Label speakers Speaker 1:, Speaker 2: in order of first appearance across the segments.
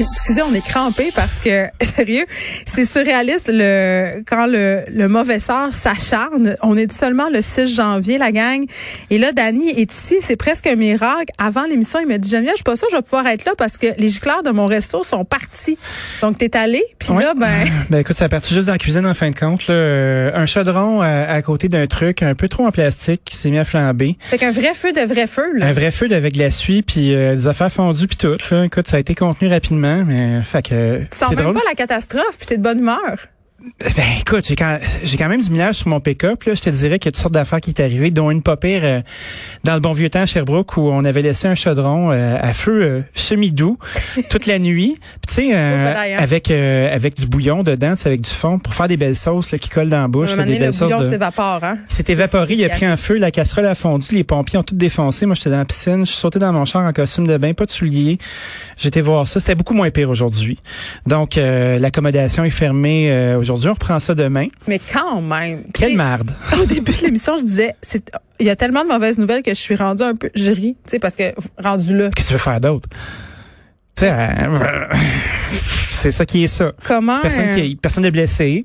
Speaker 1: Excusez, on est crampé parce que, sérieux, c'est surréaliste le, quand le, le mauvais sort s'acharne. On est seulement le 6 janvier, la gang. Et là, Dani est ici. C'est presque un miracle. Avant l'émission, il m'a dit, Geneviève, je suis pas sûre que je vais pouvoir être là parce que les gicleurs de mon resto sont partis. Donc, t'es allé. Puis
Speaker 2: Ouais.
Speaker 1: là, ben,
Speaker 2: Ben écoute, ça a parti juste dans la cuisine en fin de compte. là. Euh, Un chaudron à, à côté d'un truc un peu trop en plastique qui s'est mis à flamber.
Speaker 1: fait qu'un vrai feu de vrai feu, là.
Speaker 2: Un vrai feu avec de la suie, puis euh, des affaires fondues, puis tout. Là. Écoute, ça a été contenu rapidement, mais fait que
Speaker 1: Tu sens
Speaker 2: c'est
Speaker 1: même
Speaker 2: drôle.
Speaker 1: pas la catastrophe, puis t'es de bonne humeur.
Speaker 2: Ben écoute, j'ai quand, j'ai quand même du millage sur mon pick-up. Là. Je te dirais qu'il y a toutes sortes d'affaires qui t'est arrivé, dont une pas pire euh, dans le bon vieux temps à Sherbrooke où on avait laissé un chaudron euh, à feu euh, semi-doux toute la nuit. Puis tu sais, euh,
Speaker 1: Oh, balaye, hein?
Speaker 2: avec euh, avec du bouillon dedans, tu sais, avec du fond pour faire des belles sauces là, qui collent dans la
Speaker 1: À un
Speaker 2: bouche. là,
Speaker 1: moment donné,
Speaker 2: des belles
Speaker 1: le
Speaker 2: sauces
Speaker 1: bouillon
Speaker 2: de-
Speaker 1: s'évapore, hein.
Speaker 2: il s'est évaporé, il a
Speaker 1: C'est
Speaker 2: pris un feu, la casserole a fondu, les pompiers ont tout défoncé. Moi, j'étais dans la piscine, je suis sauté dans mon char en costume de bain, pas de souliers. J'étais voir ça. C'était beaucoup moins pire aujourd'hui. Donc, euh, l'accommodation est fermée euh, aujourd'hui. On reprend ça demain.
Speaker 1: Mais quand même.
Speaker 2: Quelle
Speaker 1: Tu sais,
Speaker 2: merde.
Speaker 1: au début de l'émission, je disais, c'est- il y a tellement de mauvaises nouvelles que je suis rendue un peu, je ris, tu sais, parce que rendu là,
Speaker 2: Qu'est-ce que tu veux faire d'autre? Tu sais, euh, c'est ça qui est ça.
Speaker 1: comment
Speaker 2: Personne
Speaker 1: euh,
Speaker 2: qui, personne n'est blessé.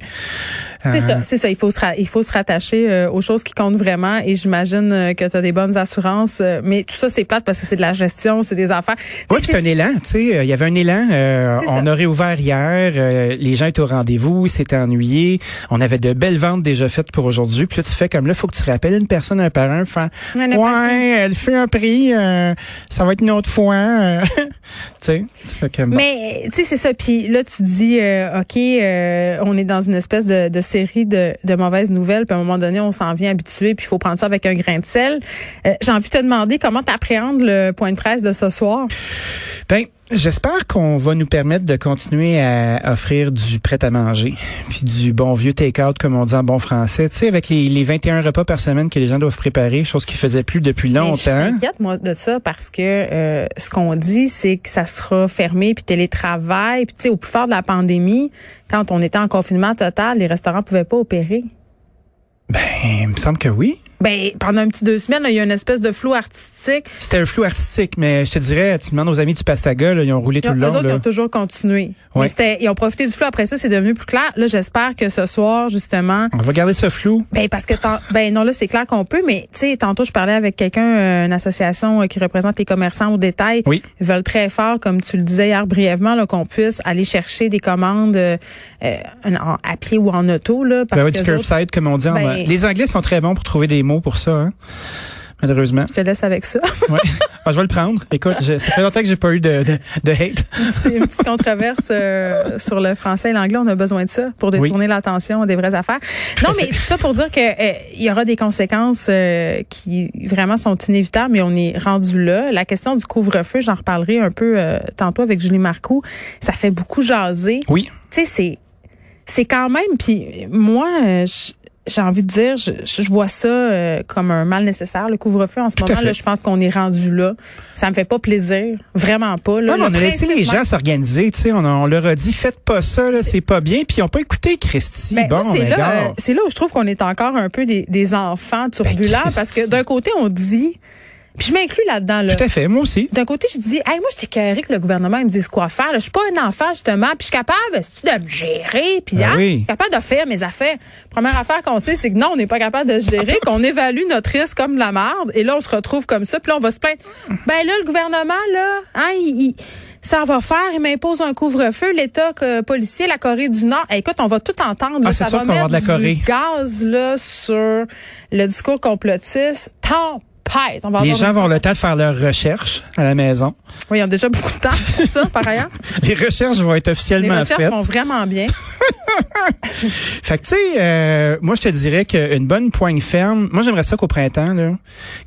Speaker 2: Euh,
Speaker 1: C'est ça, c'est ça. Il faut se, ra- il faut se rattacher euh, aux choses qui comptent vraiment. Et j'imagine euh, que tu as des bonnes assurances, euh, mais tout ça c'est plate parce que c'est de la gestion, c'est des affaires.
Speaker 2: Oui,
Speaker 1: Tu sais,
Speaker 2: c'est un élan, tu sais, euh, il y avait un élan. euh,
Speaker 1: C'est
Speaker 2: on
Speaker 1: ça.
Speaker 2: a réouvert hier, euh, les gens étaient au rendez-vous, ils s'étaient ennuyés. On avait de belles ventes déjà faites pour aujourd'hui. Puis là, tu fais comme là, faut que tu rappelles une personne un par un, faire
Speaker 1: Ouais,
Speaker 2: ouais,
Speaker 1: le
Speaker 2: elle fait un prix, euh, ça va être une autre fois. euh. tu sais, tu fais comme bon.
Speaker 1: Mais tu sais, c'est ça. Puis là, tu dis, euh, OK, euh, on est dans une espèce de, de série de, de mauvaises nouvelles. Puis à un moment donné, on s'en vient habitué. Puis il faut prendre ça avec un grain de sel. Euh, J'ai envie de te demander comment t'appréhendes le point de presse de ce soir.
Speaker 2: Ben, j'espère qu'on va nous permettre de continuer à offrir du prêt à manger, puis du bon vieux take-out comme on dit en bon français. Tu sais, avec les, les 21 repas par semaine que les gens doivent préparer, chose qu'ils faisaient plus depuis
Speaker 1: Mais Je
Speaker 2: longtemps.
Speaker 1: m'inquiète, moi, de ça parce que euh, ce qu'on dit, c'est que ça sera fermé, puis télétravail. Puis, tu sais, au plus fort de la pandémie, quand on était en confinement total, les restaurants pouvaient pas opérer.
Speaker 2: Eh, il me semble que oui.
Speaker 1: Ben, pendant un petit deux semaines, là, il y a une espèce de flou artistique.
Speaker 2: C'était un flou artistique, mais je te dirais, tu demandes aux amis du Pastaga, là, ils ont roulé
Speaker 1: Ils ont-
Speaker 2: tout le
Speaker 1: eux
Speaker 2: long.
Speaker 1: autres, ils
Speaker 2: là.
Speaker 1: ont toujours continué.
Speaker 2: Ouais.
Speaker 1: Mais c'était, ils ont profité du flou. Après ça, c'est devenu plus clair. Là, j'espère que ce soir, justement,
Speaker 2: On va garder ce flou.
Speaker 1: Ben parce que tant- ben non là c'est clair qu'on peut mais tu sais tantôt je parlais avec quelqu'un euh, une association euh, qui représente les commerçants au détail
Speaker 2: Oui.
Speaker 1: ils veulent très fort comme tu le disais hier brièvement là qu'on puisse aller chercher des commandes euh, euh, en, à pied ou en auto là parce
Speaker 2: Ben ouais,
Speaker 1: que
Speaker 2: du
Speaker 1: eux autres,
Speaker 2: curbside, comme on dit. en-
Speaker 1: Ben-
Speaker 2: Les Anglais sont très bons pour trouver des mots pour ça, hein. malheureusement.
Speaker 1: je te laisse avec ça
Speaker 2: Ouais. Ah, je vais le prendre. Écoute, je- ça fait longtemps que j'ai pas eu de, de, de hate.
Speaker 1: c'est une petite controverse euh, sur le français et l'anglais on a besoin de ça pour détourner l'attention des vraies affaires non mais tout ça pour dire que euh, il y aura des conséquences euh, qui vraiment sont inévitables mais on est rendu là la question du couvre-feu j'en reparlerai un peu euh, tantôt avec Julie Marcoux ça fait beaucoup jaser
Speaker 2: Oui.
Speaker 1: tu sais, c'est c'est quand même. Puis moi, euh, j- j'ai envie de dire, je, je je vois ça euh, comme un mal nécessaire, le couvre-feu. En ce
Speaker 2: à
Speaker 1: moment,
Speaker 2: fait.
Speaker 1: là, je pense qu'on est rendu là. Ça me fait pas plaisir, vraiment pas. Là.
Speaker 2: Ouais, mais
Speaker 1: Le
Speaker 2: on a laissé
Speaker 1: principe
Speaker 2: les
Speaker 1: même-
Speaker 2: gens s'organiser, tu sais, on, a- on leur a dit faites pas ça, là, c'est pas bien, puis ils ont pas écouté Christy.
Speaker 1: Ben,
Speaker 2: bon,
Speaker 1: moi, c'est
Speaker 2: ben,
Speaker 1: là,
Speaker 2: gars. Ben,
Speaker 1: euh, c'est là où je trouve qu'on est encore un peu des, des enfants turbulents
Speaker 2: Christy.
Speaker 1: parce que d'un côté on dit, puis je m'inclus là-dedans là.
Speaker 2: Tout à fait, moi aussi.
Speaker 1: D'un côté je dis, hey, moi je t'écœurerais que le gouvernement il me dise quoi faire. là. Je suis pas un enfant justement, puis je suis capable si tu, de me gérer, puis
Speaker 2: Ben
Speaker 1: hein,
Speaker 2: oui.
Speaker 1: capable de faire mes affaires. Première affaire qu'on sait, c'est que non, on n'est pas capable de se gérer, qu'on évalue notre risque comme de la merde, et là, on se retrouve comme ça, puis là, on va se plaindre. Ben là, le gouvernement, là, hein, il, il- ça en va faire, il m'impose un couvre-feu, l'État que- policier, la Corée du Nord. Eh, écoute, on va tout entendre. là.
Speaker 2: Ah, c'est
Speaker 1: ça
Speaker 2: sûr
Speaker 1: va
Speaker 2: qu'on va
Speaker 1: mettre
Speaker 2: avoir de la
Speaker 1: du
Speaker 2: Corée.
Speaker 1: gaz là, sur le discours complotiste. Tant tempête. On va
Speaker 2: Les
Speaker 1: avoir une-
Speaker 2: gens vont avoir le temps de faire leurs recherches à la maison.
Speaker 1: Oui, ils ont déjà beaucoup de temps pour ça, par ailleurs.
Speaker 2: Les recherches vont être
Speaker 1: Les
Speaker 2: officiellement
Speaker 1: recherches
Speaker 2: faites.
Speaker 1: vont vraiment bien.
Speaker 2: Fait que, tu sais, euh, moi, je te dirais qu'une bonne poigne ferme, moi, j'aimerais ça qu'au printemps, là,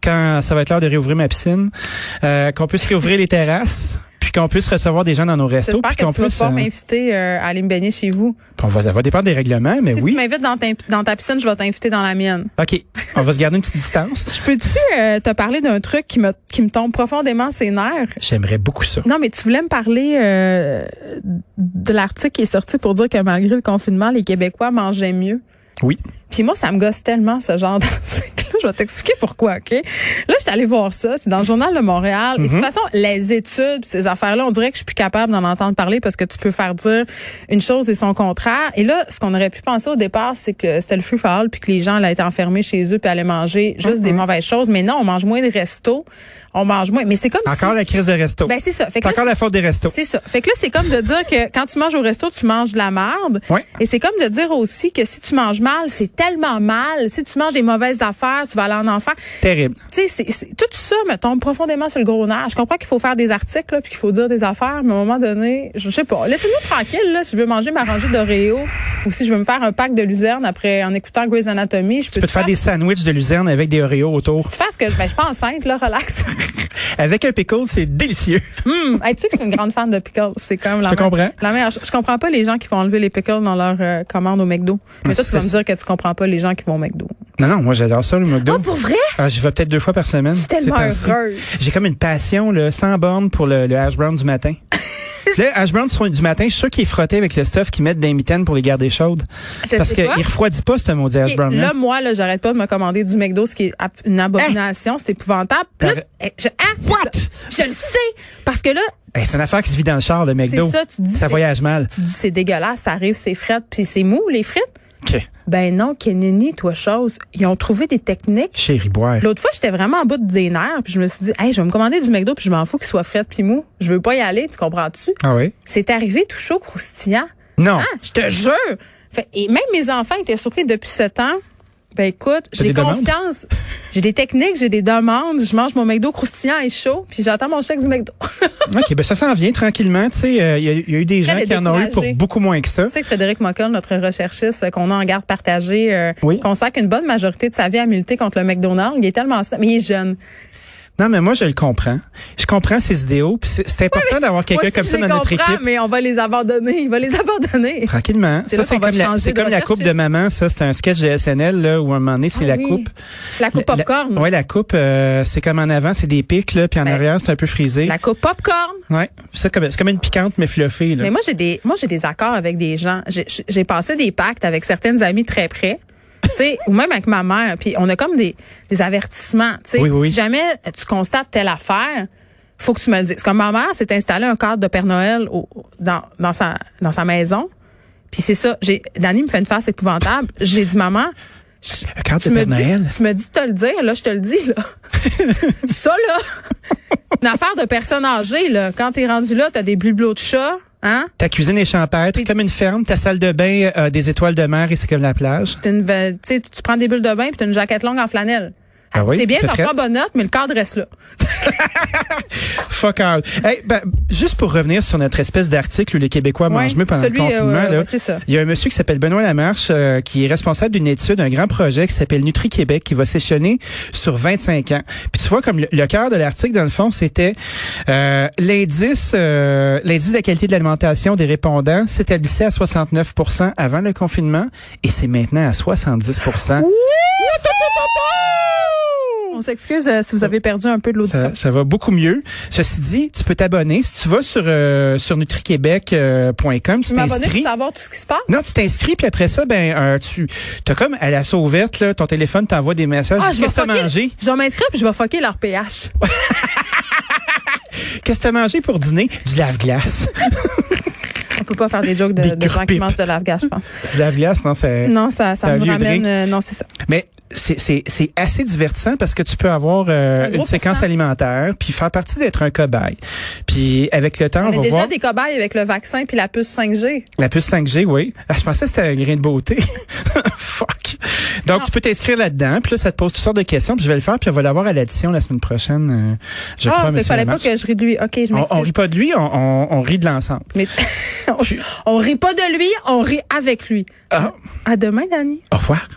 Speaker 2: quand ça va être l'heure de réouvrir ma piscine, euh, qu'on puisse réouvrir les terrasses, puis qu'on puisse recevoir des gens dans nos restos,
Speaker 1: J'espère
Speaker 2: puis
Speaker 1: que
Speaker 2: qu'on
Speaker 1: tu vas
Speaker 2: puisse...
Speaker 1: pouvoir
Speaker 2: euh,
Speaker 1: m'inviter euh, à aller me baigner chez vous.
Speaker 2: on va, ça va dépendre des règlements, mais
Speaker 1: si tu
Speaker 2: oui.
Speaker 1: m'invites dans, ta- dans ta piscine, je vais t'inviter dans la mienne.
Speaker 2: OK, on va se garder une petite distance.
Speaker 1: Je peux-tu euh, te parler d'un truc qui me, qui me tombe profondément ses nerfs?
Speaker 2: J'aimerais beaucoup ça.
Speaker 1: Non, mais tu voulais me parler euh, de l'article qui est sorti pour dire que malgré le confinement, les Québécois mangeaient mieux.
Speaker 2: Oui.
Speaker 1: Puis moi, ça me gosse tellement ce genre d'article-là. Je vais t'expliquer pourquoi, OK? Là, je suis allée voir ça. C'est dans le Journal de Montréal. Et de
Speaker 2: Mhm.
Speaker 1: toute façon, les études, pis ces affaires-là, on dirait que je suis plus capable d'en entendre parler parce que tu peux faire dire une chose et son contraire. Et là, ce qu'on aurait pu penser au départ, c'est que c'était le free for all puis que les gens allaient être enfermés chez eux puis allaient manger juste
Speaker 2: Mhm.
Speaker 1: des mauvaises choses. Mais non, on mange moins de restos. On mange moins. Mais c'est comme si-
Speaker 2: Encore la crise des restos.
Speaker 1: Ben, c'est ça. Fait que
Speaker 2: c'est
Speaker 1: là,
Speaker 2: encore la faute des restos.
Speaker 1: c'est ça. Fait que là, c'est comme de dire que quand tu manges au resto, tu manges de la merde.
Speaker 2: Ouais.
Speaker 1: Et c'est comme de dire aussi que si tu manges mal, c'est tellement mal. Si tu manges des mauvaises affaires, tu vas aller en enfer.
Speaker 2: Terrible.
Speaker 1: Tu sais, c'est- c'est- tout ça me tombe profondément sur le gros nerf. Je comprends qu'il faut faire des articles, là, puis qu'il faut dire des affaires, mais à un moment donné, je sais pas. Laissez-nous tranquille, là, si je veux manger ma rangée d'Oreo ou si je veux me faire un pack de luzerne après en écoutant Grey's Anatomy, je peux,
Speaker 2: Tu peux te faire des sandwichs de luzerne avec des Oreos autour.
Speaker 1: Tu fais ce que je, ben, je suis pas enceinte, là, relax.
Speaker 2: Avec un pickle, c'est délicieux.
Speaker 1: Hum, hey, tu sais que je suis une grande fan de pickles. C'est comme la
Speaker 2: Je te
Speaker 1: meilleure-
Speaker 2: comprends.
Speaker 1: La meilleure. Je, je comprends pas les gens qui font enlever les pickles dans leur euh, commande au McDo. Mais ça, tu vas me dire que tu comprends pas les gens qui vont au McDo.
Speaker 2: Non, non, moi, j'adore ça, le McDo.
Speaker 1: pour vrai?
Speaker 2: Ah, j'y vais peut-être deux fois par semaine. Je suis
Speaker 1: tellement heureuse.
Speaker 2: J'ai comme une passion là, sans borne pour le, le hash brown du matin. le hash brown sur- du matin, je suis sûr qu'il est frotté avec le stuff qu'ils mettent dans les mitaines pour les garder chaudes.
Speaker 1: Je
Speaker 2: parce
Speaker 1: sais
Speaker 2: qu'il
Speaker 1: pas.
Speaker 2: refroidit pas ce maudit hash
Speaker 1: Ok,
Speaker 2: brown
Speaker 1: là, moi, là, j'arrête pas de me commander du McDo, ce qui est ab- une abomination. C'est épouvantable. Puis là,
Speaker 2: Arrête.
Speaker 1: eh, je, hein? je le sais. Parce que là,
Speaker 2: Hey, c'est une affaire qui se vit dans le char, le McDo.
Speaker 1: ça, tu dis,
Speaker 2: Ça
Speaker 1: c'est-
Speaker 2: voyage mal.
Speaker 1: tu dis c'est dégueulasse, ça arrive, c'est frites, puis c'est mou, les frites.
Speaker 2: OK.
Speaker 1: Ben non, Kenini, toi, chose. Ils ont trouvé des techniques
Speaker 2: Chérie Boire.
Speaker 1: L'autre fois, j'étais vraiment en bout des nerfs, puis je me suis dit, hey, je vais me commander du McDo, puis je m'en fous qu'il soit frais puis mou. Je veux pas y aller, tu comprends-tu?
Speaker 2: Ah oui?
Speaker 1: C'est arrivé tout chaud, croustillant.
Speaker 2: Non.
Speaker 1: Ah, je te jure! Fait- et même mes enfants étaient surpris depuis ce temps. Ben écoute, j'ai
Speaker 2: des demandes?
Speaker 1: confiance. J'ai des techniques, j'ai des demandes. Je mange mon McDo croustillant et chaud, puis j'attends mon chèque du McDo. tu
Speaker 2: OK, ben ça s'en vient tranquillement. Tu sais, euh, il y, a- il y a eu des gens
Speaker 1: Très
Speaker 2: qui en ont eu pour
Speaker 1: découragé.
Speaker 2: beaucoup moins que ça.
Speaker 1: sais que Frédéric Mockel, notre recherchiste euh, qu'on a en garde partagée, euh,
Speaker 2: Oui.
Speaker 1: consacre une bonne majorité de sa vie à militer contre le McDonald's. Il est tellement... Mais il est jeune.
Speaker 2: Non, mais moi, je le comprends. Je comprends ses idéaux. puis C'est c'est important d'avoir
Speaker 1: Moi
Speaker 2: quelqu'un
Speaker 1: aussi,
Speaker 2: comme
Speaker 1: je
Speaker 2: ça
Speaker 1: les
Speaker 2: dans notre
Speaker 1: comprends,
Speaker 2: équipe.
Speaker 1: mais on va les abandonner. Il va les abandonner.
Speaker 2: Tranquillement.
Speaker 1: C'est
Speaker 2: Ça,
Speaker 1: là qu'on
Speaker 2: c'est
Speaker 1: va
Speaker 2: comme, la,
Speaker 1: changer
Speaker 2: c'est
Speaker 1: de
Speaker 2: comme la
Speaker 1: recherche.
Speaker 2: coupe de maman, ça. C'est un sketch de SNL, là, où à un moment donné, c'est
Speaker 1: Ah
Speaker 2: la
Speaker 1: oui.
Speaker 2: coupe.
Speaker 1: La coupe
Speaker 2: La- la-
Speaker 1: popcorn.
Speaker 2: ouais, la coupe, euh, c'est comme en avant, c'est des pics, là, puis en
Speaker 1: Ben,
Speaker 2: arrière, c'est un peu frisé.
Speaker 1: La coupe popcorn.
Speaker 2: Ouais. C'est comme, c'est comme une piquante, mais fluffée, là.
Speaker 1: Mais moi j'ai des moi j'ai des accords avec des gens. J'ai- J'ai passé des pactes avec certaines amies très près. tu sais, ou même avec ma mère. Puis on a comme des, des avertissements. tu sais.
Speaker 2: Oui, oui.
Speaker 1: Si jamais tu constates telle affaire, faut que tu me le dises. Parce que ma mère s'est installée un cadre de Père Noël au- dans, dans, sa, dans sa maison. Puis c'est ça. J'ai, Dani me fait une face épouvantable. J'ai dit, maman, je-
Speaker 2: Le cadre
Speaker 1: tu
Speaker 2: de
Speaker 1: me
Speaker 2: Père Noël.
Speaker 1: dis, tu me dis de te le dire, là, je te le dis, là. ça, là, une affaire de personne âgée, là. Quand t'es rendu là, t'as des bibelots de chat, hein?
Speaker 2: Ta cuisine est champêtre, comme une ferme. Ta salle de bain euh, des étoiles de mer et c'est comme la plage.
Speaker 1: T'as une ve- tu sais, tu prends des bulles de bain puis t'as une jaquette longue en flanelle.
Speaker 2: Ah oui,
Speaker 1: c'est bien,
Speaker 2: t'as
Speaker 1: j'en
Speaker 2: fret.
Speaker 1: prends bonne note, mais le cadre reste là.
Speaker 2: Fuck all. Hey, ben, juste pour revenir sur notre espèce d'article où les Québécois
Speaker 1: Ouais,
Speaker 2: mangent mieux pendant
Speaker 1: celui,
Speaker 2: le
Speaker 1: euh,
Speaker 2: confinement,
Speaker 1: ouais,
Speaker 2: là.
Speaker 1: ouais, c'est ça.
Speaker 2: Il y a un monsieur qui s'appelle Benoît Lamarche euh, qui est responsable d'une étude, un grand projet qui s'appelle Nutri Québec qui va s'échelonner sur 25 ans. Puis tu vois comme le, le cœur de l'article dans le fond c'était euh, l'indice euh, l'indice de la qualité de l'alimentation des répondants s'établissait à 69 avant le confinement et c'est maintenant à 70
Speaker 1: On s'excuse euh, si vous avez perdu un peu de l'audition.
Speaker 2: Euh, Ça, ça va beaucoup mieux. Ceci dit, tu peux t'abonner si tu vas sur euh, sur nutriquebec.com, tu
Speaker 1: Je m'abonner pour
Speaker 2: t'inscris.
Speaker 1: savoir tout ce qui se passe.
Speaker 2: Non, tu t'inscris puis après ça ben euh, tu t'as comme à la sauce ouverte là, ton téléphone t'envoie des messages,
Speaker 1: Ah, je vais
Speaker 2: qu'est-ce que t'as
Speaker 1: fucker-
Speaker 2: mangé
Speaker 1: Je vais m'inscrire puis je vais fucker leur pH.
Speaker 2: Qu'est-ce que t'as mangé pour dîner Du lave-glace.
Speaker 1: On peut pas faire des jokes de,
Speaker 2: Des
Speaker 1: de gens qui
Speaker 2: curpipes.
Speaker 1: mangent de l'avga, je pense.
Speaker 2: du lave-glace, non c'est
Speaker 1: Non, ça, ça
Speaker 2: Un
Speaker 1: me
Speaker 2: vieux
Speaker 1: ramène.
Speaker 2: drink.
Speaker 1: euh, non, c'est ça.
Speaker 2: Mais c'est- c'est c'est assez divertissant parce que tu peux avoir euh,
Speaker 1: Un gros
Speaker 2: une séquence
Speaker 1: pourcent.
Speaker 2: alimentaire, puis faire partie d'être un cobaye. Puis avec le temps, on,
Speaker 1: On, est
Speaker 2: va
Speaker 1: déjà
Speaker 2: voir
Speaker 1: des cobayes avec le vaccin puis la puce 5G.
Speaker 2: la puce 5G, oui. Ah, je pensais que c'était un grain de beauté. Fuck. Donc
Speaker 1: Non.
Speaker 2: tu peux t'inscrire là-dedans, puis là ça te pose toutes sortes de questions, puis je vais le faire, puis on va l'avoir à l'édition la semaine prochaine. euh, je
Speaker 1: ah,
Speaker 2: crois,
Speaker 1: il
Speaker 2: monsieur
Speaker 1: fallait pas
Speaker 2: Lamarche.
Speaker 1: que je rie de lui. OK, je
Speaker 2: on, on
Speaker 1: m'excuse.
Speaker 2: rit pas de lui, on, on- on rit de l'ensemble.
Speaker 1: Mais on, on rit pas de lui, on rit avec lui.
Speaker 2: Ah.
Speaker 1: À demain, Dani.
Speaker 2: Au revoir.